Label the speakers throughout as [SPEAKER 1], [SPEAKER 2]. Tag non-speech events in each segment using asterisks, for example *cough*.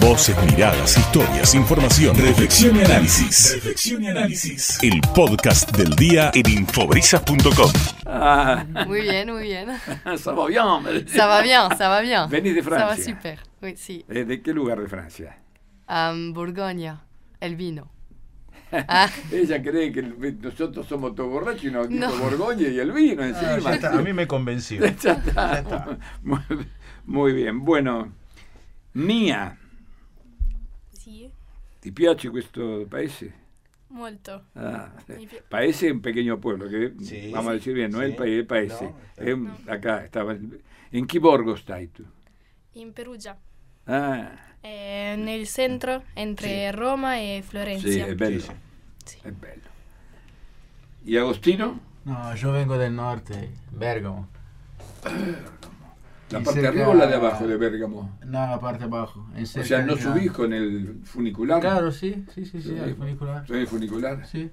[SPEAKER 1] Voces, miradas, historias, información, reflexión y análisis.
[SPEAKER 2] Reflexión y análisis.
[SPEAKER 1] El podcast del día en infobrisas.com.
[SPEAKER 3] Ah,
[SPEAKER 4] Muy bien, muy bien.
[SPEAKER 3] ça va bien, me decía.
[SPEAKER 4] Ça va bien, ça va bien.
[SPEAKER 3] Venez de
[SPEAKER 4] Ça va
[SPEAKER 3] Francia.
[SPEAKER 4] super. Oui, sí.
[SPEAKER 3] Eh, ¿De qué lugar de Francia?
[SPEAKER 4] Am Borgoña, el vino. Ah,
[SPEAKER 3] Ella cree que el- nosotros somos todos borrachos y nos dijo
[SPEAKER 4] No.
[SPEAKER 3] Borgoña y el vino encima.
[SPEAKER 5] Ah, ya está, a mí me convenció.
[SPEAKER 3] *laughs* Ya está.
[SPEAKER 5] Ya está.
[SPEAKER 3] Muy, muy bien, bueno. Mia,
[SPEAKER 6] Sì,
[SPEAKER 3] ti piace questo paese?
[SPEAKER 6] molto.
[SPEAKER 3] Ah,
[SPEAKER 6] Mi pi-
[SPEAKER 3] paese es un pequeño pueblo, que
[SPEAKER 5] Sí.
[SPEAKER 3] vamos a decir bien, no es el
[SPEAKER 5] Sí.
[SPEAKER 3] país, el paese.
[SPEAKER 5] No, está
[SPEAKER 3] Es un- acá estaba. ¿En qué borgo estás tú?
[SPEAKER 6] In Perugia,
[SPEAKER 3] Ah,
[SPEAKER 6] eh, nel centro, entre Roma e Florencia.
[SPEAKER 3] sí, es bello.
[SPEAKER 5] Sí,
[SPEAKER 6] Sì.
[SPEAKER 3] Es bello. ¿Y Agostino?
[SPEAKER 7] No, yo vengo del norte, Bérgamo.
[SPEAKER 3] ¿La
[SPEAKER 7] Y
[SPEAKER 3] parte de
[SPEAKER 7] cerca-
[SPEAKER 3] arriba o la de abajo de Bérgamo?
[SPEAKER 7] No, la parte abajo. en
[SPEAKER 3] O
[SPEAKER 7] cerca
[SPEAKER 3] sea, no
[SPEAKER 7] de-
[SPEAKER 3] subís con el funicular.
[SPEAKER 7] Claro, sí, sí, sí, sí,
[SPEAKER 3] Sí.
[SPEAKER 7] al funicular.
[SPEAKER 3] Soy el funicular.
[SPEAKER 7] Sí,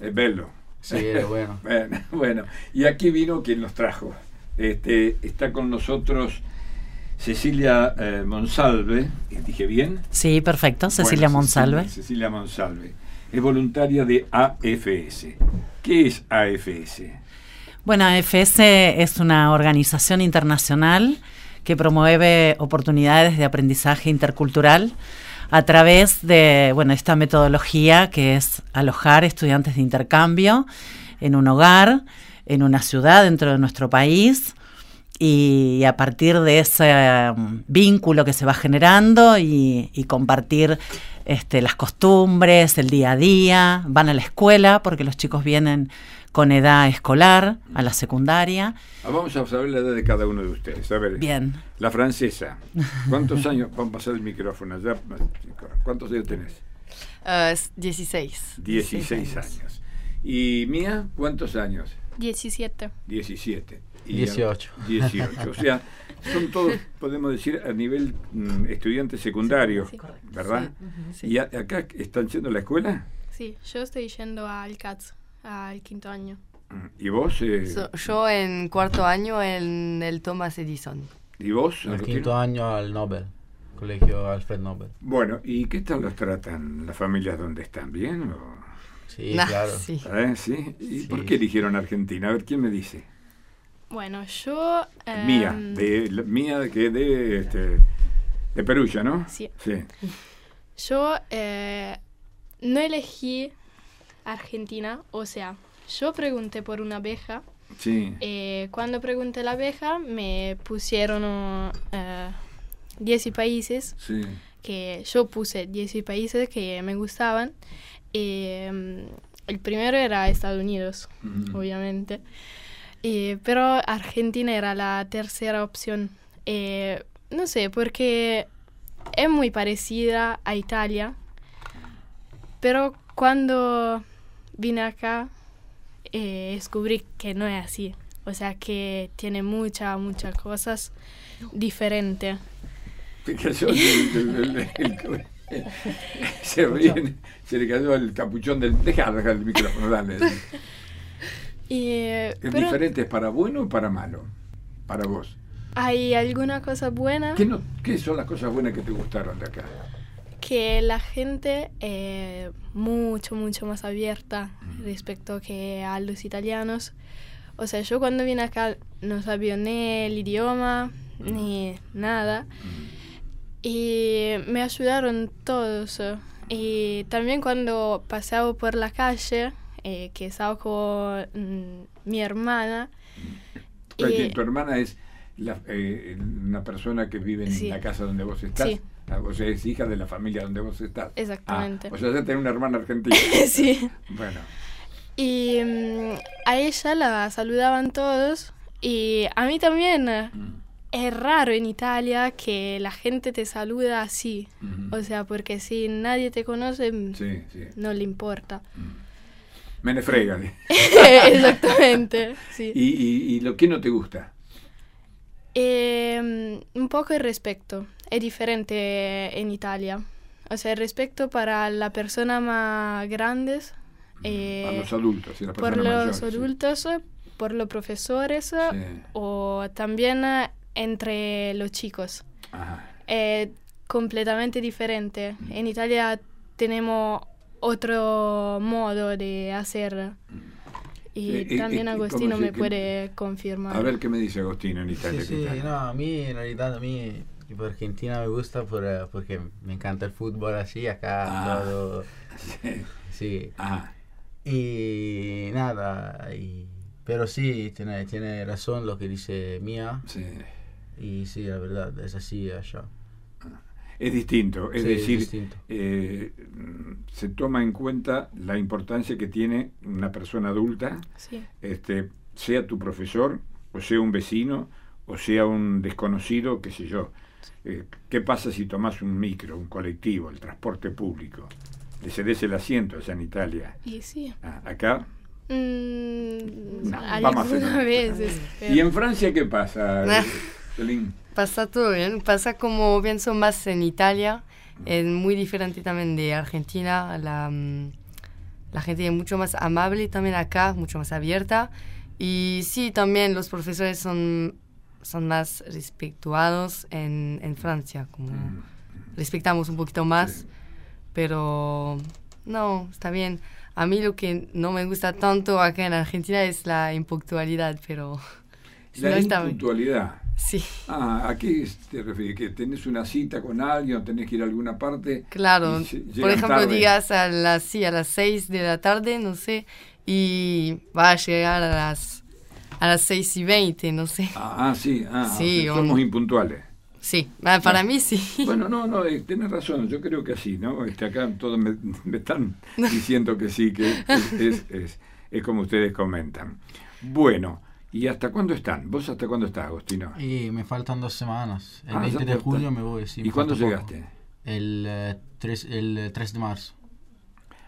[SPEAKER 3] Es bello.
[SPEAKER 7] sí, era
[SPEAKER 3] *laughs*
[SPEAKER 7] bueno.
[SPEAKER 3] Bueno, bueno, y aquí vino quien nos trajo. Este, está con nosotros Cecilia eh, Monsalve, dije bien.
[SPEAKER 8] Sí, perfecto. Cecilia
[SPEAKER 3] Bueno,
[SPEAKER 8] Monsalve.
[SPEAKER 3] Cecilia, Cecilia Monsalve. Es voluntaria de AFS. ¿Qué es AFS?
[SPEAKER 8] Bueno, AFS es una organización internacional que promueve oportunidades de aprendizaje intercultural a través de bueno, esta metodología que es alojar estudiantes de intercambio en un hogar, en una ciudad dentro de nuestro país y a partir de ese mm, vínculo que se va generando y, y compartir este, las costumbres, el día a día, van a la escuela porque los chicos vienen con edad escolar, a la secundaria.
[SPEAKER 3] Ah, Vamos a saber la edad de cada uno de ustedes. A ver,
[SPEAKER 8] Bien,
[SPEAKER 3] la francesa. ¿Cuántos *laughs* años? Vamos a pasar el micrófono. ya, ¿Cuántos años tenés?
[SPEAKER 4] eh, es 16.
[SPEAKER 3] 16 años. ¿Y Mía? ¿Cuántos años?
[SPEAKER 6] 17.
[SPEAKER 3] 17.
[SPEAKER 7] 18. *laughs*
[SPEAKER 3] 18. O sea, son todos, podemos decir, a nivel mm, estudiante secundario,
[SPEAKER 6] Sí, sí.
[SPEAKER 3] ¿verdad?
[SPEAKER 4] Sí.
[SPEAKER 3] ¿Y a- acá están yendo a la escuela?
[SPEAKER 6] Sì, io sto dicendo al CATS, al quinto anno.
[SPEAKER 3] Mm, ¿Y vos? eh,
[SPEAKER 4] So- yo en cuarto año en el Thomas Edison.
[SPEAKER 3] ¿Y vos?
[SPEAKER 7] Al
[SPEAKER 3] Agustín?
[SPEAKER 7] quinto año al Nobel, colegio Alfred Nobel.
[SPEAKER 3] Bueno, ¿y qué tal los tratan las familias donde están? ¿Bien? o-
[SPEAKER 7] Sí,
[SPEAKER 4] Nah,
[SPEAKER 7] claro.
[SPEAKER 4] sí.
[SPEAKER 3] ¿Eh? ¿Sí? ¿Y
[SPEAKER 7] Sí.
[SPEAKER 3] por qué eligieron Argentina? A ver, ¿quién me dice?
[SPEAKER 6] Bueno, io... ehm,
[SPEAKER 3] Mía, de, la- mía que de, este, de Perugia, ¿no?
[SPEAKER 6] Sì,
[SPEAKER 3] Sí.
[SPEAKER 6] io eh, non elegí Argentina, o sea, io pregunté por una beca
[SPEAKER 3] Sí.
[SPEAKER 6] e quando pregunté la beca me pusieron eh, 10 paesi
[SPEAKER 3] Sí. *laughs*
[SPEAKER 6] que yo puse 10 países que me gustaban. Eh, mm, el primero era Estados Unidos,
[SPEAKER 3] Mm.
[SPEAKER 6] obviamente. Eh, pero Argentina era la tercera opción. Eh, no sé, porque es muy parecida a Italia. Pero cuando vine acá, eh, descubrí que no es así. O sea que tiene muchas, muchas cosas diferentes.
[SPEAKER 3] Se cayó el- el- el- el- el- se ríen, se le cayó el capuchón del. Deja, deja el micrófono, dale. ¿Es
[SPEAKER 6] Eh, pero-
[SPEAKER 3] diferente ¿es para bueno o para malo? Para vos.
[SPEAKER 6] ¿Hay alguna cosa buena?
[SPEAKER 3] ¿Qué, no- qué son las cosas buenas que te gustaron de acá?
[SPEAKER 6] Que la gente es mucho, mucho más abierta respecto que a los italianos. O sea, yo cuando vine acá no sabía ni el idioma, ni nada. Y me ayudaron todos. Y también cuando pasaba por la calle, eh, que estaba con mm, mi hermana.
[SPEAKER 3] Porque
[SPEAKER 6] eh,
[SPEAKER 3] tu hermana es la- eh, una persona que vive en
[SPEAKER 6] Sí.
[SPEAKER 3] la casa donde vos estás.
[SPEAKER 6] Sí.
[SPEAKER 3] Ah, Vos es hija de la familia donde vos estás. Ah,
[SPEAKER 6] Exactamente.
[SPEAKER 3] o sea, ya tenés una hermana
[SPEAKER 6] *laughs*
[SPEAKER 3] argentina.
[SPEAKER 6] sí.
[SPEAKER 3] Bueno,
[SPEAKER 6] Y mm, a ella la saludaban todos y a mí también.
[SPEAKER 3] mm,
[SPEAKER 6] Es raro en Italia que la gente te saluda así.
[SPEAKER 3] mm.
[SPEAKER 6] O sea, porque si nadie te conoce, mm,
[SPEAKER 3] sí, sí. Mm.
[SPEAKER 6] no le importa. *laughs*
[SPEAKER 3] Menefrega.
[SPEAKER 6] Exactamente. Sí.
[SPEAKER 3] ¿Y, y, y lo que no te gusta?
[SPEAKER 6] Eh, mm, un poco el respeto. Es diferente en Italia. O sea, el respeto para la persona más grandes.
[SPEAKER 3] Mm, a
[SPEAKER 6] eh,
[SPEAKER 3] los adultos y las
[SPEAKER 6] por
[SPEAKER 3] personas
[SPEAKER 6] los
[SPEAKER 3] mayores, sí.
[SPEAKER 6] adultos, por los profesores
[SPEAKER 3] Sí.
[SPEAKER 6] o también eh, entre los chicos.
[SPEAKER 3] Ajá.
[SPEAKER 6] Eh, completamente diferente.
[SPEAKER 3] Mm.
[SPEAKER 6] En Italia tenemos otro modo de hacer. Y
[SPEAKER 3] Eh, eh,
[SPEAKER 6] también
[SPEAKER 3] eh,
[SPEAKER 6] Agostino
[SPEAKER 3] ¿cómo se-
[SPEAKER 6] me
[SPEAKER 3] qué-
[SPEAKER 6] puede confirmar.
[SPEAKER 3] A ver qué me dice Agostino en Italia.
[SPEAKER 7] Sí,
[SPEAKER 3] ¿qué
[SPEAKER 7] sí,
[SPEAKER 3] tal? *laughs*
[SPEAKER 7] no, a mí en realidad a mí tipo, Argentina me gusta por, eh, porque me encanta el fútbol así, acá
[SPEAKER 3] Ah.
[SPEAKER 7] todo, sí.
[SPEAKER 3] Ah,
[SPEAKER 7] Y nada, y- pero sí, tiene, tiene razón lo que dice Mía,
[SPEAKER 3] sí.
[SPEAKER 7] y sí, la verdad, es así allá.
[SPEAKER 3] Es distinto, es
[SPEAKER 7] Sí, es
[SPEAKER 3] decir,
[SPEAKER 7] distinto.
[SPEAKER 3] eh, mm, se toma en cuenta la importancia que tiene una persona adulta,
[SPEAKER 6] Sí.
[SPEAKER 3] este, sea tu profesor, o sea un vecino, o sea un desconocido, qué sé yo. Eh, ¿Qué pasa si tomás un micro, un colectivo, el transporte público? Le cedes el asiento allá en Italia.
[SPEAKER 6] Y sí.
[SPEAKER 3] Ah, acá. No,
[SPEAKER 6] Mm,
[SPEAKER 3] vamos a
[SPEAKER 6] algunas
[SPEAKER 3] hacer-
[SPEAKER 6] veces.
[SPEAKER 3] ¿Y
[SPEAKER 6] pero-
[SPEAKER 3] en Francia qué pasa?
[SPEAKER 4] *laughs*
[SPEAKER 3] eh,
[SPEAKER 4] Ah.
[SPEAKER 3] Jolín?
[SPEAKER 4] Pasa todo bien, pasa como pienso más en Italia, es muy diferente también de Argentina, la, mm, la gente es mucho más amable también acá, mucho más abierta y sí, también los profesores son, son más respetuados en, en Francia, como
[SPEAKER 3] Mm,
[SPEAKER 4] respetamos un poquito más,
[SPEAKER 3] sí.
[SPEAKER 4] pero no, está bien. A mí lo que no me gusta tanto acá en Argentina es la impuntualidad, pero *laughs*
[SPEAKER 3] La
[SPEAKER 4] no está bien.
[SPEAKER 3] impuntualidad.
[SPEAKER 4] sí.
[SPEAKER 3] Ah, ¿a qué te refieres? ¿Que tenés una cita con alguien o tenés que ir a alguna parte?
[SPEAKER 4] Claro,
[SPEAKER 3] Y se-
[SPEAKER 4] por
[SPEAKER 3] llegan
[SPEAKER 4] ejemplo,
[SPEAKER 3] tarde.
[SPEAKER 4] digas a las, sí, a las 6 de la tarde, no sé, y va a llegar a las, a las 6 y 20, no sé.
[SPEAKER 3] Ah, ah, sí, ah,
[SPEAKER 4] Sí,
[SPEAKER 3] o sea,
[SPEAKER 4] o-
[SPEAKER 3] somos impuntuales.
[SPEAKER 4] Sí, ah, para
[SPEAKER 3] Bueno.
[SPEAKER 4] mí sí. *laughs*
[SPEAKER 3] Bueno, no, no, eh, tenés razón, yo creo que así, ¿no? Este, acá todos me, *laughs* me están diciendo que sí, que es, es- es- es como ustedes comentan. Bueno, ¿y hasta cuándo están? ¿Vos hasta cuándo estás, Agostino?
[SPEAKER 7] Y me faltan dos semanas, el
[SPEAKER 3] Ah, ya
[SPEAKER 7] 20 de
[SPEAKER 3] falta.
[SPEAKER 7] julio me voy, sí.
[SPEAKER 3] ¿Y
[SPEAKER 7] me
[SPEAKER 3] cuándo
[SPEAKER 7] falta
[SPEAKER 3] llegaste?
[SPEAKER 7] poco. El, eh, tres- el eh, 3 de marzo.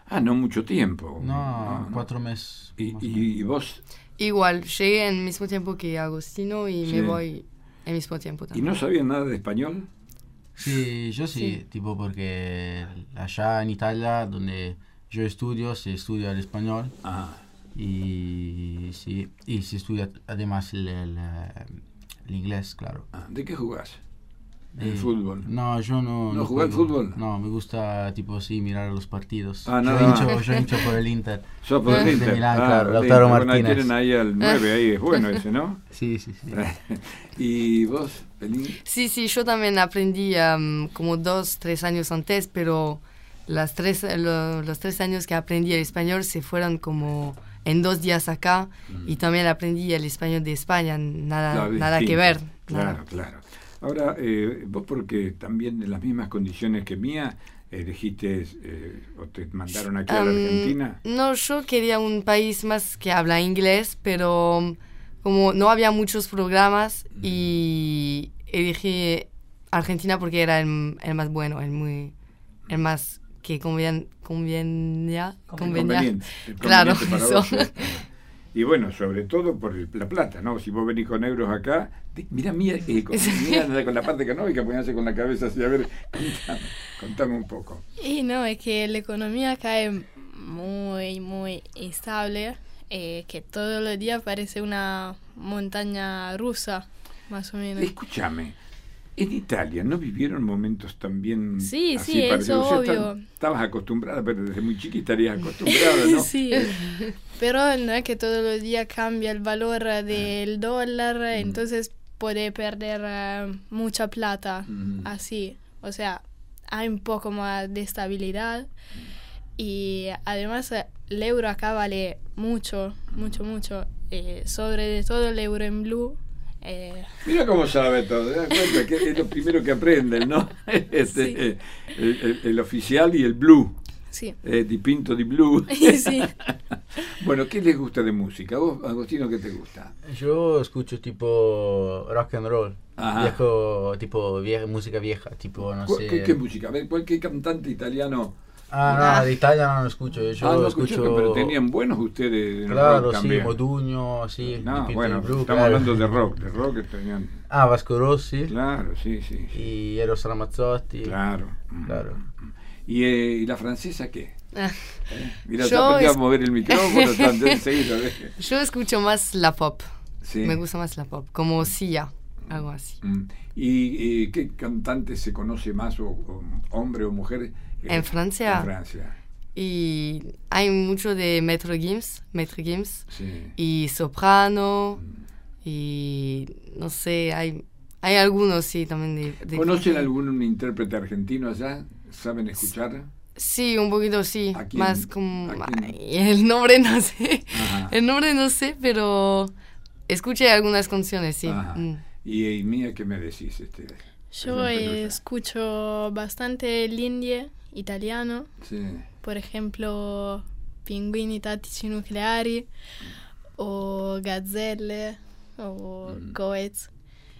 [SPEAKER 3] Ah, no mucho tiempo.
[SPEAKER 7] No, cuatro meses.
[SPEAKER 3] Ah, ¿Y,
[SPEAKER 7] más o menos.
[SPEAKER 3] y- y vos?
[SPEAKER 4] Igual, llegué en mismo tiempo que Agostino y
[SPEAKER 3] Sí.
[SPEAKER 4] me voy en mismo tiempo
[SPEAKER 3] ¿Y
[SPEAKER 4] también.
[SPEAKER 3] no sabías nada de español?
[SPEAKER 7] Sí, yo sí, tipo porque allá en Italia, donde yo estudio, se estudia el español
[SPEAKER 3] Ah,
[SPEAKER 7] y, sí, y se estudia además el, el, eh, el inglés, claro.
[SPEAKER 3] ah, ¿de qué jugás? El
[SPEAKER 7] Eh,
[SPEAKER 3] fútbol.
[SPEAKER 7] No, yo no...
[SPEAKER 3] ¿No jugás
[SPEAKER 7] juego.
[SPEAKER 3] fútbol?
[SPEAKER 7] No, me gusta, tipo, sí, mirar los partidos.
[SPEAKER 3] Ah,
[SPEAKER 7] yo,
[SPEAKER 3] nada más.
[SPEAKER 7] hincho, yo hincho por el Inter.
[SPEAKER 3] Yo por el
[SPEAKER 7] De
[SPEAKER 3] Inter.
[SPEAKER 7] Milán,
[SPEAKER 3] Ah,
[SPEAKER 7] claro,
[SPEAKER 3] el
[SPEAKER 7] Lautaro
[SPEAKER 3] Inter. Bueno, ahí
[SPEAKER 7] Martínez.
[SPEAKER 3] tienen ahí al 9, ahí es
[SPEAKER 7] *laughs*
[SPEAKER 3] bueno ese, ¿no? *laughs*
[SPEAKER 7] Sí, sí, sí.
[SPEAKER 3] ¿Y vos, Pelín?
[SPEAKER 4] Sí, sí, yo también aprendí am, como dos, tres años antes, pero las tres, lo- los tres años que aprendí el español se fueron como en dos días acá y también aprendí el español de España, nada,
[SPEAKER 3] Mm. Claro,
[SPEAKER 4] nada que
[SPEAKER 3] distinto.
[SPEAKER 4] ver.
[SPEAKER 3] Claro,
[SPEAKER 4] nada.
[SPEAKER 3] claro. Ahora, eh, vos porque también en las mismas condiciones que mía, elegiste eh, o te mandaron aquí a la
[SPEAKER 4] Am,
[SPEAKER 3] Argentina.
[SPEAKER 4] No, yo quería un país más que habla inglés, pero um, como no había muchos programas y elegí Argentina porque era el, el más bueno, el muy el más que conven, convenía, convenía.
[SPEAKER 3] Conveniente,
[SPEAKER 4] Claro,
[SPEAKER 3] conveniente para
[SPEAKER 4] eso.
[SPEAKER 3] vos, eh. Y bueno, sobre todo por el- la plata, ¿no? Si vos venís con euros acá, te- mirá, mía, eh,
[SPEAKER 4] *laughs*
[SPEAKER 3] con, mirá con la parte económica, poníanse con la cabeza así, a ver, contame, contame un poco.
[SPEAKER 6] Y no, es que la economía acá es muy, muy instable, eh, que todos los días parece una montaña rusa, más o menos.
[SPEAKER 3] Escúchame, en Italia no vivieron momentos también
[SPEAKER 6] Sí,
[SPEAKER 3] así
[SPEAKER 6] sí, eso
[SPEAKER 3] parecidos? O sea,
[SPEAKER 6] obvio.
[SPEAKER 3] tan- Estabas acostumbrada, pero desde muy chiquita estarías acostumbrada, *laughs* ¿no?
[SPEAKER 6] *laughs* Sí, pero no es que todos los días cambia el valor eh, del dólar, eh,
[SPEAKER 3] Mm.
[SPEAKER 6] entonces puede perder eh, mucha plata
[SPEAKER 3] Mm.
[SPEAKER 6] así. O sea, hay un poco más de estabilidad
[SPEAKER 3] Mm.
[SPEAKER 6] y además eh, el euro acá vale mucho, mucho,
[SPEAKER 3] Mm.
[SPEAKER 6] mucho. eh, sobre todo el euro en blue. eh,
[SPEAKER 3] Mira cómo sabe todo, ¿te das cuenta? Que es lo primero que aprenden, ¿no? *laughs* Este,
[SPEAKER 6] Sí.
[SPEAKER 3] eh, el, el- el oficial y el blue, *laughs*
[SPEAKER 6] sí, *laughs*
[SPEAKER 3] eh, di pinto di blue.
[SPEAKER 6] sí.
[SPEAKER 3] Bueno, ¿qué les gusta de música? ¿Vos, Agostino, qué te gusta?
[SPEAKER 7] Yo escucho tipo rock and roll,
[SPEAKER 3] Ajá.
[SPEAKER 7] viejo, tipo vieja, música vieja, tipo no
[SPEAKER 3] ¿Cu-
[SPEAKER 7] sé.
[SPEAKER 3] ¿Qué, qué música? A ver, ¿cuál- ¿Qué cantante italiano?
[SPEAKER 7] Ah, no, de Italia no lo escucho, yo
[SPEAKER 3] ah, no escuché,
[SPEAKER 7] escucho.
[SPEAKER 3] pero tenían buenos ustedes. en
[SPEAKER 7] Claro,
[SPEAKER 3] rock
[SPEAKER 7] sí,
[SPEAKER 3] también.
[SPEAKER 7] Moduño, sí.
[SPEAKER 3] No,
[SPEAKER 7] Peter
[SPEAKER 3] bueno,
[SPEAKER 7] Brook,
[SPEAKER 3] estamos
[SPEAKER 7] claro.
[SPEAKER 3] hablando de rock, de rock que tenían.
[SPEAKER 7] Ah, Vasco Rossi
[SPEAKER 3] Claro, sí, sí. sí.
[SPEAKER 7] y Eros Ramazzotti.
[SPEAKER 3] Claro. Mm.
[SPEAKER 7] Claro.
[SPEAKER 3] ¿Y, eh, y la francesa qué? ¿Eh?
[SPEAKER 4] Ah,
[SPEAKER 3] Mira,
[SPEAKER 4] Yo
[SPEAKER 3] ya aprendí a
[SPEAKER 4] es-
[SPEAKER 3] mover el micrófono
[SPEAKER 4] *laughs*
[SPEAKER 3] tan- enseguida. ¿ves?
[SPEAKER 4] Yo escucho más la pop,
[SPEAKER 3] Sí.
[SPEAKER 4] me gusta más la pop, como Sia. algo así.
[SPEAKER 3] Mm. ¿Y, eh, qué cantante se conoce más, o, o hombre o mujer? eh,
[SPEAKER 4] En Francia.
[SPEAKER 3] En Francia,
[SPEAKER 4] Y hay mucho de Metro Gims, Metro Gims,
[SPEAKER 3] sí.
[SPEAKER 4] y soprano, y no sé, hay, hay algunos, sí, también de... de-
[SPEAKER 3] ¿Conocen algún intérprete argentino allá? ¿Saben escuchar?
[SPEAKER 4] Sí, un poquito sí,
[SPEAKER 3] ¿A quién?
[SPEAKER 4] más como...
[SPEAKER 3] ¿A quién?
[SPEAKER 4] ay, el nombre no sé,
[SPEAKER 3] Ajá.
[SPEAKER 4] el nombre no sé, pero escuché algunas canciones, sí.
[SPEAKER 3] Ajá.
[SPEAKER 4] Mm.
[SPEAKER 3] Y, eh, mía, ¿qué me decís? Este?
[SPEAKER 6] Yo
[SPEAKER 3] Pregunta tuya.
[SPEAKER 6] escucho bastante l'indie italiano,
[SPEAKER 3] Sí.
[SPEAKER 6] por ejemplo Pinguini Tattici Nucleari o Gazzelle o
[SPEAKER 3] Mm.
[SPEAKER 6] Goetz.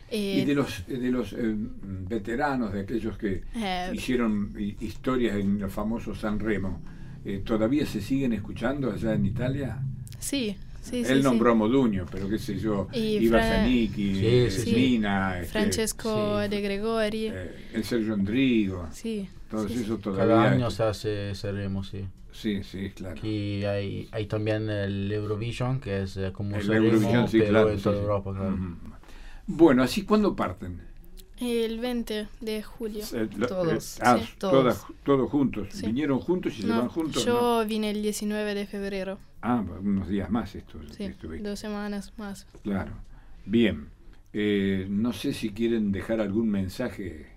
[SPEAKER 3] Y
[SPEAKER 6] Eh,
[SPEAKER 3] de los, eh, de los eh, veteranos, de aquellos que
[SPEAKER 6] eh,
[SPEAKER 3] hicieron hi- historias en el famoso San Remo, eh, ¿todavía se siguen escuchando allá en Italia?
[SPEAKER 6] sí, sí, sí.
[SPEAKER 3] Él
[SPEAKER 6] sí.
[SPEAKER 3] nombró a Moduño, pero qué sé yo,
[SPEAKER 6] Y
[SPEAKER 3] Iba
[SPEAKER 6] Fra-
[SPEAKER 3] Zanicki,
[SPEAKER 7] Sí,
[SPEAKER 3] eh,
[SPEAKER 7] sí,
[SPEAKER 6] sí.
[SPEAKER 3] Mina, este,
[SPEAKER 6] Francesco
[SPEAKER 7] Sí.
[SPEAKER 6] de Gregori.
[SPEAKER 3] eh, el Sergio Andrigo,
[SPEAKER 6] Sí.
[SPEAKER 3] todos
[SPEAKER 6] sí, sí.
[SPEAKER 3] esos todavía.
[SPEAKER 7] Cada año se hace Sanremo, sí.
[SPEAKER 3] Sí, sí, claro.
[SPEAKER 7] Y hay, hay también el Eurovision, que es eh, como
[SPEAKER 3] El
[SPEAKER 7] Sanremo,
[SPEAKER 3] Eurovisión, sí,
[SPEAKER 7] pero
[SPEAKER 3] claro,
[SPEAKER 7] en
[SPEAKER 3] sí,
[SPEAKER 7] toda
[SPEAKER 3] sí.
[SPEAKER 7] Europa, claro.
[SPEAKER 3] Ujú. Bueno, así cuándo parten?
[SPEAKER 6] El 20 de julio.
[SPEAKER 3] Eh, lo-
[SPEAKER 4] Todos,
[SPEAKER 3] eh, ah,
[SPEAKER 6] sí.
[SPEAKER 3] todas-
[SPEAKER 4] todos.
[SPEAKER 3] todos juntos.
[SPEAKER 6] Sí.
[SPEAKER 3] Vinieron juntos y se
[SPEAKER 6] No,
[SPEAKER 3] van juntos. ¿no?
[SPEAKER 6] yo vine el 19 de febrero.
[SPEAKER 3] Ah, unos días más esto.
[SPEAKER 6] Sí,
[SPEAKER 3] estuviste.
[SPEAKER 6] dos semanas más.
[SPEAKER 3] Claro. Bien. Eh, no sé si quieren dejar algún mensaje.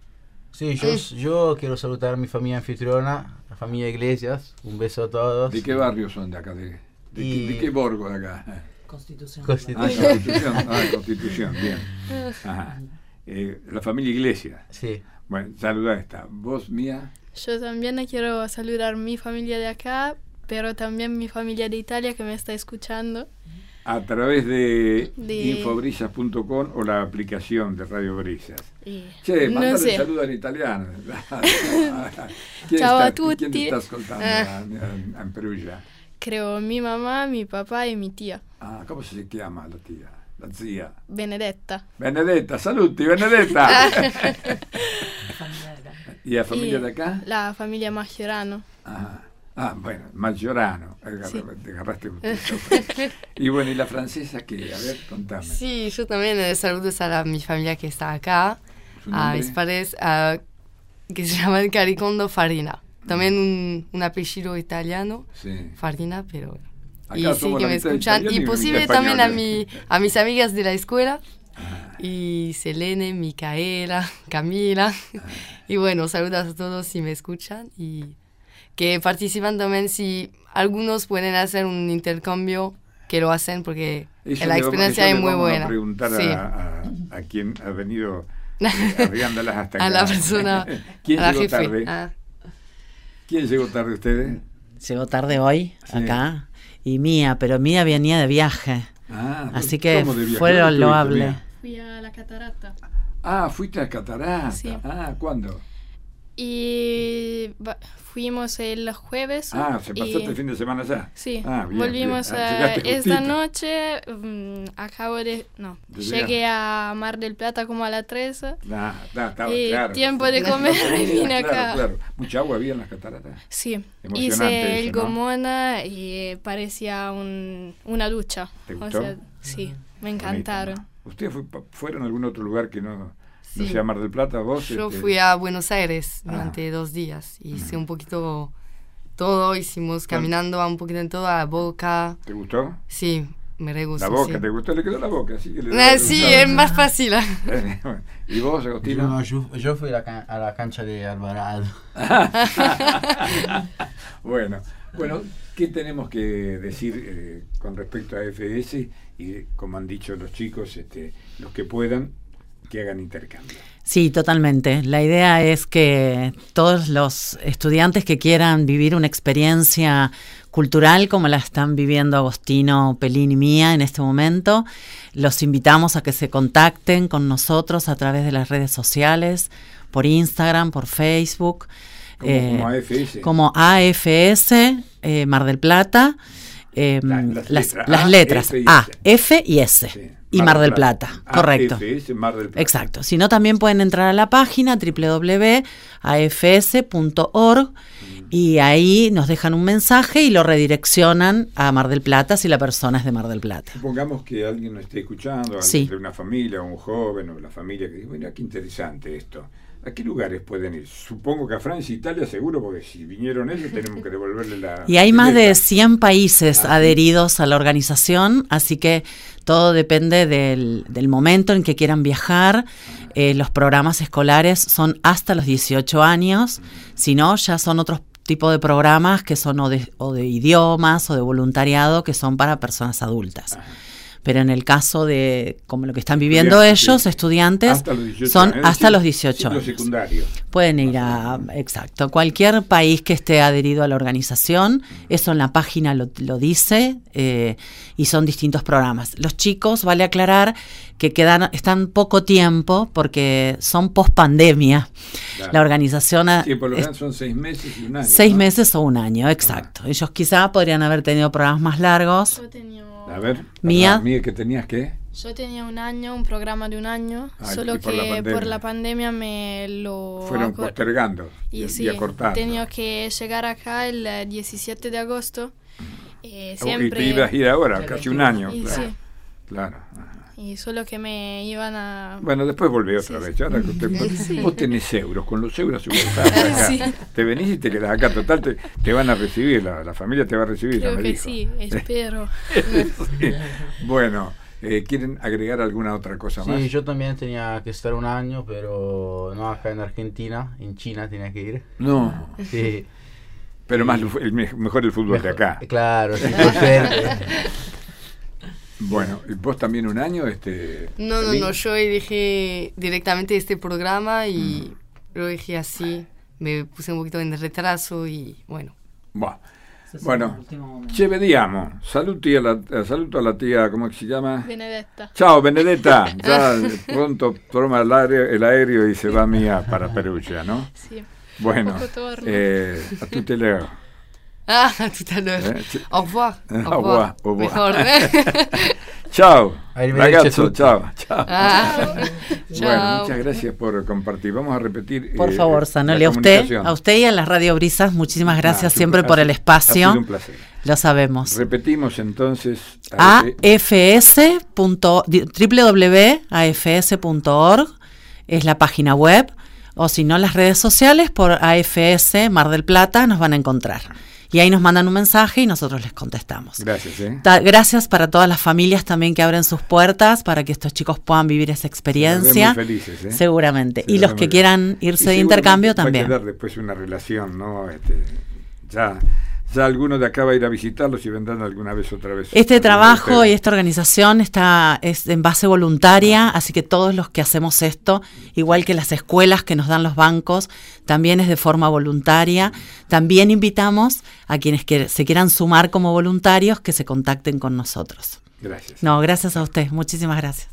[SPEAKER 7] Sí, yo, yo quiero saludar a mi familia anfitriona, la familia Iglesias. Un beso a todos.
[SPEAKER 3] ¿De qué barrio son de acá? ¿De, de
[SPEAKER 7] Y-
[SPEAKER 3] qué, de qué borgo de acá?
[SPEAKER 2] Constitución.
[SPEAKER 3] Ah,
[SPEAKER 7] *laughs* Constitución.
[SPEAKER 3] Constitución. Ah, Constitución, bien. Ajá. Eh, la familia Iglesia.
[SPEAKER 7] Sí.
[SPEAKER 3] Bueno, saluda esta. Vos, mía.
[SPEAKER 6] Yo también quiero saludar a mi familia de acá, pero también mi familia de Italia que me está escuchando.
[SPEAKER 3] A través de,
[SPEAKER 6] De-
[SPEAKER 3] infobrisas.com o la aplicación de Radio Brisas.
[SPEAKER 6] Y
[SPEAKER 3] Che,
[SPEAKER 6] No
[SPEAKER 3] mandale
[SPEAKER 6] sé.
[SPEAKER 3] saludo en
[SPEAKER 6] *laughs*
[SPEAKER 3] italiano. *laughs*
[SPEAKER 6] Ciao a
[SPEAKER 3] Chi
[SPEAKER 6] tutti. Ah.
[SPEAKER 3] sta ascoltando a, a- a Perugia?
[SPEAKER 6] creo mi mamá, mi papá y mi tía,
[SPEAKER 3] Ah, come si chiama la tia? La zia?
[SPEAKER 6] Benedetta.
[SPEAKER 3] Benedetta, saluti
[SPEAKER 4] *laughs*
[SPEAKER 3] Benedetta! e la famiglia
[SPEAKER 6] Y
[SPEAKER 3] da cá?
[SPEAKER 6] La familia Maggiorano.
[SPEAKER 3] Ah, ah, bueno, Maggiorano. Agarra-
[SPEAKER 6] Sì.
[SPEAKER 3] Te agarraste usted sopra.
[SPEAKER 4] *laughs*
[SPEAKER 3] y bueno, ¿y la francesa qué? A ver, contame.
[SPEAKER 4] Sí, yo también eh, saludos a la- mi familia que está acá.
[SPEAKER 3] Su
[SPEAKER 4] a
[SPEAKER 3] nombre?
[SPEAKER 4] mis padres ah, que se llaman Caricondo Farina. También un, un apellido italiano,
[SPEAKER 3] Sí.
[SPEAKER 4] Farina, pero...
[SPEAKER 3] Acá
[SPEAKER 4] Y sí,
[SPEAKER 3] somos
[SPEAKER 4] que
[SPEAKER 3] la
[SPEAKER 4] me
[SPEAKER 3] mitad
[SPEAKER 4] escuchan.
[SPEAKER 3] italiana
[SPEAKER 4] Y
[SPEAKER 3] mitad
[SPEAKER 4] posible también a, mi,
[SPEAKER 3] española.
[SPEAKER 4] a mis amigas de la escuela.
[SPEAKER 3] Ah.
[SPEAKER 4] Y Selene, Micaela, Camila.
[SPEAKER 3] Ah.
[SPEAKER 4] Y bueno, saludos a todos si me escuchan. Y que participan también si algunos pueden hacer un intercambio, que lo hacen porque
[SPEAKER 3] Eso
[SPEAKER 4] la
[SPEAKER 3] le vamos-
[SPEAKER 4] experiencia
[SPEAKER 3] eso
[SPEAKER 4] es
[SPEAKER 3] le
[SPEAKER 4] muy
[SPEAKER 3] vamos
[SPEAKER 4] buena.
[SPEAKER 3] A preguntar
[SPEAKER 4] Sí.
[SPEAKER 3] a, a- a quien ha venido
[SPEAKER 4] *laughs*
[SPEAKER 3] eh, arriándolas hasta acá.
[SPEAKER 4] A la persona,
[SPEAKER 3] *laughs* ¿Quién
[SPEAKER 4] a la
[SPEAKER 3] llegó
[SPEAKER 4] jefe.
[SPEAKER 3] tarde?
[SPEAKER 4] Ah.
[SPEAKER 3] ¿Quién llegó tarde ustedes?
[SPEAKER 8] Llegó tarde hoy
[SPEAKER 3] Sí.
[SPEAKER 8] acá y Mía, pero Mía venía de viaje,
[SPEAKER 3] Ah,
[SPEAKER 8] así
[SPEAKER 3] ¿cómo
[SPEAKER 8] que
[SPEAKER 3] de viaje?
[SPEAKER 8] fue
[SPEAKER 3] ¿Dónde estuviste,
[SPEAKER 8] loable.
[SPEAKER 3] mira?
[SPEAKER 6] Fui a la catarata.
[SPEAKER 3] Ah, fuiste a Catarata.
[SPEAKER 6] Sí.
[SPEAKER 3] Ah, ¿cuándo?
[SPEAKER 6] Y va- fuimos el jueves.
[SPEAKER 3] Ah, se pasó
[SPEAKER 6] y-
[SPEAKER 3] el fin de semana allá.
[SPEAKER 6] Sí,
[SPEAKER 3] Ah, bien,
[SPEAKER 6] volvimos
[SPEAKER 3] bien. Ah,
[SPEAKER 6] a-
[SPEAKER 3] llegaste
[SPEAKER 6] esta
[SPEAKER 3] justito.
[SPEAKER 6] noche. mm, acabo de. No,
[SPEAKER 3] De
[SPEAKER 6] llegué a Mar del Plata como a las 3.
[SPEAKER 3] Ah, está, estaba
[SPEAKER 6] Eh,
[SPEAKER 3] claro.
[SPEAKER 6] tiempo de comer,
[SPEAKER 3] Sí,
[SPEAKER 6] vine
[SPEAKER 3] claro,
[SPEAKER 6] acá.
[SPEAKER 3] Claro. Mucha agua había en las cataratas.
[SPEAKER 6] Sí,
[SPEAKER 3] Emocionante
[SPEAKER 6] hice el
[SPEAKER 3] eso, ¿no?
[SPEAKER 6] gomona y parecía un- una ducha.
[SPEAKER 3] ¿Te
[SPEAKER 6] O
[SPEAKER 3] gustó?
[SPEAKER 6] sea, sí, me encantaron.
[SPEAKER 3] Bonito, ¿no? ¿Ustedes fue- pa- fueron a algún otro lugar que no, no
[SPEAKER 4] Sí.
[SPEAKER 3] sea Mar del Plata? ¿Vos?
[SPEAKER 4] Yo
[SPEAKER 3] este,
[SPEAKER 4] fui a Buenos Aires
[SPEAKER 3] Ah.
[SPEAKER 4] durante dos días. Hice un poquito todo, hicimos caminando a un poquito en toda boca.
[SPEAKER 3] ¿Te gustó?
[SPEAKER 4] Sí, me re gustó.
[SPEAKER 3] La boca,
[SPEAKER 4] sí.
[SPEAKER 3] ¿te gustó? Le quedó la boca, así que le
[SPEAKER 6] Ah,
[SPEAKER 4] Eh, sí, es más fácil. *laughs*
[SPEAKER 3] *laughs* ¿Y vos,
[SPEAKER 7] Yo,
[SPEAKER 3] Agostino?
[SPEAKER 7] no, yo- yo fui a la, can- a la cancha de Alvarado.
[SPEAKER 3] Bueno, bueno, ¿qué tenemos que decir eh, con respecto a FS? Y como han dicho los chicos, este, los que puedan, que hagan intercambio.
[SPEAKER 8] Sí, totalmente. La idea es que todos los estudiantes que quieran vivir una experiencia cultural como la están viviendo Agostino, Pelín y Mía en este momento, los invitamos a que se contacten con nosotros a través de las redes sociales, por Instagram, por Facebook.
[SPEAKER 3] Como,
[SPEAKER 8] eh,
[SPEAKER 3] como AFS.
[SPEAKER 8] como AFS, eh, Mar del Plata, eh,
[SPEAKER 3] La-
[SPEAKER 8] las,
[SPEAKER 3] las letras, A,
[SPEAKER 8] las letras
[SPEAKER 3] F y
[SPEAKER 8] A,
[SPEAKER 3] S.
[SPEAKER 8] F y S.
[SPEAKER 3] Sí,
[SPEAKER 8] Y Mar del Plata,
[SPEAKER 3] Ah,
[SPEAKER 8] correcto.
[SPEAKER 3] AFS, Mar del Plata.
[SPEAKER 8] Exacto. Si no, también pueden entrar a la página www.afs.org Y ahí nos dejan un mensaje y lo redireccionan a Mar del Plata si la persona es de Mar del Plata.
[SPEAKER 3] Supongamos que alguien nos esté escuchando, alguien
[SPEAKER 8] Sí.
[SPEAKER 3] de una familia, un joven o de la familia que dice, mira, qué interesante esto. ¿A qué lugares pueden ir? Supongo que a Francia e Italia seguro, porque si vinieron ellos tenemos que devolverle la...
[SPEAKER 8] Y hay más de
[SPEAKER 3] pileta.
[SPEAKER 8] 100 países
[SPEAKER 3] Ah, sí.
[SPEAKER 8] adheridos a la organización, así que todo depende del, del momento en que quieran viajar. Eh, los programas escolares son hasta los 18 años, si no, ya son otros tipo de programas que son o de, o de idiomas o de voluntariado que son para personas adultas. Pero en el caso de como lo que están viviendo
[SPEAKER 3] Estudiantes,
[SPEAKER 8] ellos,
[SPEAKER 3] sí.
[SPEAKER 8] estudiantes,
[SPEAKER 3] Hasta los 18
[SPEAKER 8] son
[SPEAKER 3] años, es
[SPEAKER 8] hasta
[SPEAKER 3] decir,
[SPEAKER 8] los 18
[SPEAKER 3] ciclo
[SPEAKER 8] años.
[SPEAKER 3] secundario.
[SPEAKER 8] Pueden ir a, exacto, cualquier país que esté adherido a la organización, eso en la página lo, lo dice, eh, y son distintos programas. Los chicos, vale aclarar, que quedan, están poco tiempo porque son post pandemia.
[SPEAKER 3] Claro.
[SPEAKER 8] La organización ha-
[SPEAKER 3] Sí, por lo
[SPEAKER 8] es-
[SPEAKER 3] general son seis meses y un año.
[SPEAKER 8] seis
[SPEAKER 3] ¿no? Ah.
[SPEAKER 8] meses o un año, exacto. Ellos quizá podrían haber tenido programas más largos.
[SPEAKER 6] Yo tenía,
[SPEAKER 3] A ver,
[SPEAKER 8] Mía.
[SPEAKER 3] perdón, Mía, que tenías que...
[SPEAKER 6] yo tenía un año, un programa de un año,
[SPEAKER 3] Ah, y
[SPEAKER 6] solo
[SPEAKER 3] por la
[SPEAKER 6] que por
[SPEAKER 3] pandemia.
[SPEAKER 6] la pandemia me lo...
[SPEAKER 3] Fueron
[SPEAKER 6] acor-
[SPEAKER 3] postergando y,
[SPEAKER 6] Oh, Y sí,
[SPEAKER 3] y acortando.
[SPEAKER 6] tenía que llegar acá el eh, 17 de agosto. eh,
[SPEAKER 3] Ah, ok,
[SPEAKER 6] siempre...
[SPEAKER 3] te ibas a ir ahora, casi un año.
[SPEAKER 6] Y
[SPEAKER 3] Claro.
[SPEAKER 6] sí.
[SPEAKER 3] claro, ajá.
[SPEAKER 6] Y solo que me iban a...
[SPEAKER 3] Bueno, después volví otra
[SPEAKER 6] Sí,
[SPEAKER 3] vez. ahora que usted-
[SPEAKER 6] *laughs* Sí.
[SPEAKER 3] Vos tenés euros, con los euros seguro estás acá.
[SPEAKER 6] *laughs* Sí.
[SPEAKER 3] Te venís y te quedás acá. Total, te, te van a recibir, la, la familia te va a recibir. ya
[SPEAKER 6] Creo
[SPEAKER 3] me
[SPEAKER 6] que
[SPEAKER 3] dijo. *laughs*
[SPEAKER 6] sí, espero. *laughs*
[SPEAKER 3] Sí. Bueno, eh, ¿quieren agregar alguna otra cosa más?
[SPEAKER 7] Sí, yo también tenía que estar un año, pero no acá en Argentina, en China tenía que ir.
[SPEAKER 3] No,
[SPEAKER 7] Sí,
[SPEAKER 3] pero más lo- el me- mejor el fútbol de
[SPEAKER 7] mejor-
[SPEAKER 3] acá.
[SPEAKER 7] Claro, sí, por suerte.
[SPEAKER 3] Bueno, ¿y ¿vos también un año? Este,
[SPEAKER 4] No, no,
[SPEAKER 3] Lin?
[SPEAKER 4] no, yo dije directamente este programa
[SPEAKER 3] Mm.
[SPEAKER 4] y lo dije así. Me puse un poquito en retraso y bueno. *laughs*
[SPEAKER 3] Buah. Bueno, ci vediamo. Saluti alla, eh, saluto alla tia, come si chiama?
[SPEAKER 6] Benedetta.
[SPEAKER 3] Ciao
[SPEAKER 4] *laughs*
[SPEAKER 3] Benedetta, già pronto toma l'aereo, l'aereo e se va mia para Perugia, no?
[SPEAKER 6] Sì.
[SPEAKER 3] Bueno,
[SPEAKER 6] Poco torno.
[SPEAKER 3] eh, a tutte le
[SPEAKER 4] Ah, tout à l'heure.
[SPEAKER 3] Eh, ci-
[SPEAKER 4] Au revoir.
[SPEAKER 3] *laughs* Au revoir, au revoir.
[SPEAKER 4] Mejor. *laughs*
[SPEAKER 3] Ciao,
[SPEAKER 7] Arrivederci a
[SPEAKER 3] ragazzo,
[SPEAKER 7] tutti.
[SPEAKER 3] ciao, ciao.
[SPEAKER 4] Ah,
[SPEAKER 3] *laughs* Bueno,
[SPEAKER 4] chao.
[SPEAKER 3] muchas gracias por compartir. Vamos a repetir.
[SPEAKER 8] Por
[SPEAKER 3] eh,
[SPEAKER 8] favor,
[SPEAKER 3] la
[SPEAKER 8] Sanole, a usted,
[SPEAKER 3] comunicación.
[SPEAKER 8] a usted y a las Radio Brisas, muchísimas
[SPEAKER 3] Ah,
[SPEAKER 8] gracias
[SPEAKER 3] super-
[SPEAKER 8] siempre
[SPEAKER 3] ha
[SPEAKER 8] por
[SPEAKER 3] sido-
[SPEAKER 8] el
[SPEAKER 3] Ha sido un
[SPEAKER 8] espacio,
[SPEAKER 3] placer.
[SPEAKER 8] lo sabemos.
[SPEAKER 3] Repetimos entonces.
[SPEAKER 8] Ah,
[SPEAKER 3] a-
[SPEAKER 8] afs.o- di- www.afs.org es la página web o si no las redes sociales por AFS Mar del Plata nos van a encontrar. Y ahí nos mandan un mensaje y nosotros les contestamos.
[SPEAKER 3] Gracias, ¿eh?
[SPEAKER 8] Ta- Gracias para todas las familias también que abren sus puertas para que estos chicos puedan vivir esa experiencia.
[SPEAKER 3] Nos vemos felices, ¿eh?
[SPEAKER 8] Seguramente.
[SPEAKER 3] Sí,
[SPEAKER 8] Y
[SPEAKER 3] nos
[SPEAKER 8] los
[SPEAKER 3] vemos
[SPEAKER 8] que
[SPEAKER 3] bien.
[SPEAKER 8] quieran
[SPEAKER 3] Y
[SPEAKER 8] irse de
[SPEAKER 3] seguramente
[SPEAKER 8] intercambio
[SPEAKER 3] Va a
[SPEAKER 8] también.
[SPEAKER 3] quedar después una relación, ¿no? Este, ya, ya alguno de acá va a ir a visitarlos y vendrán alguna vez otra vez.
[SPEAKER 8] Este
[SPEAKER 3] Alguno de
[SPEAKER 8] trabajo
[SPEAKER 3] ustedes.
[SPEAKER 8] y esta organización está es en base voluntaria, así que todos los que hacemos esto, igual que las escuelas que nos dan los bancos, también es de forma voluntaria. También invitamos a quienes que se quieran sumar como voluntarios que se contacten con nosotros.
[SPEAKER 3] Gracias.
[SPEAKER 8] No, gracias a usted, muchísimas gracias.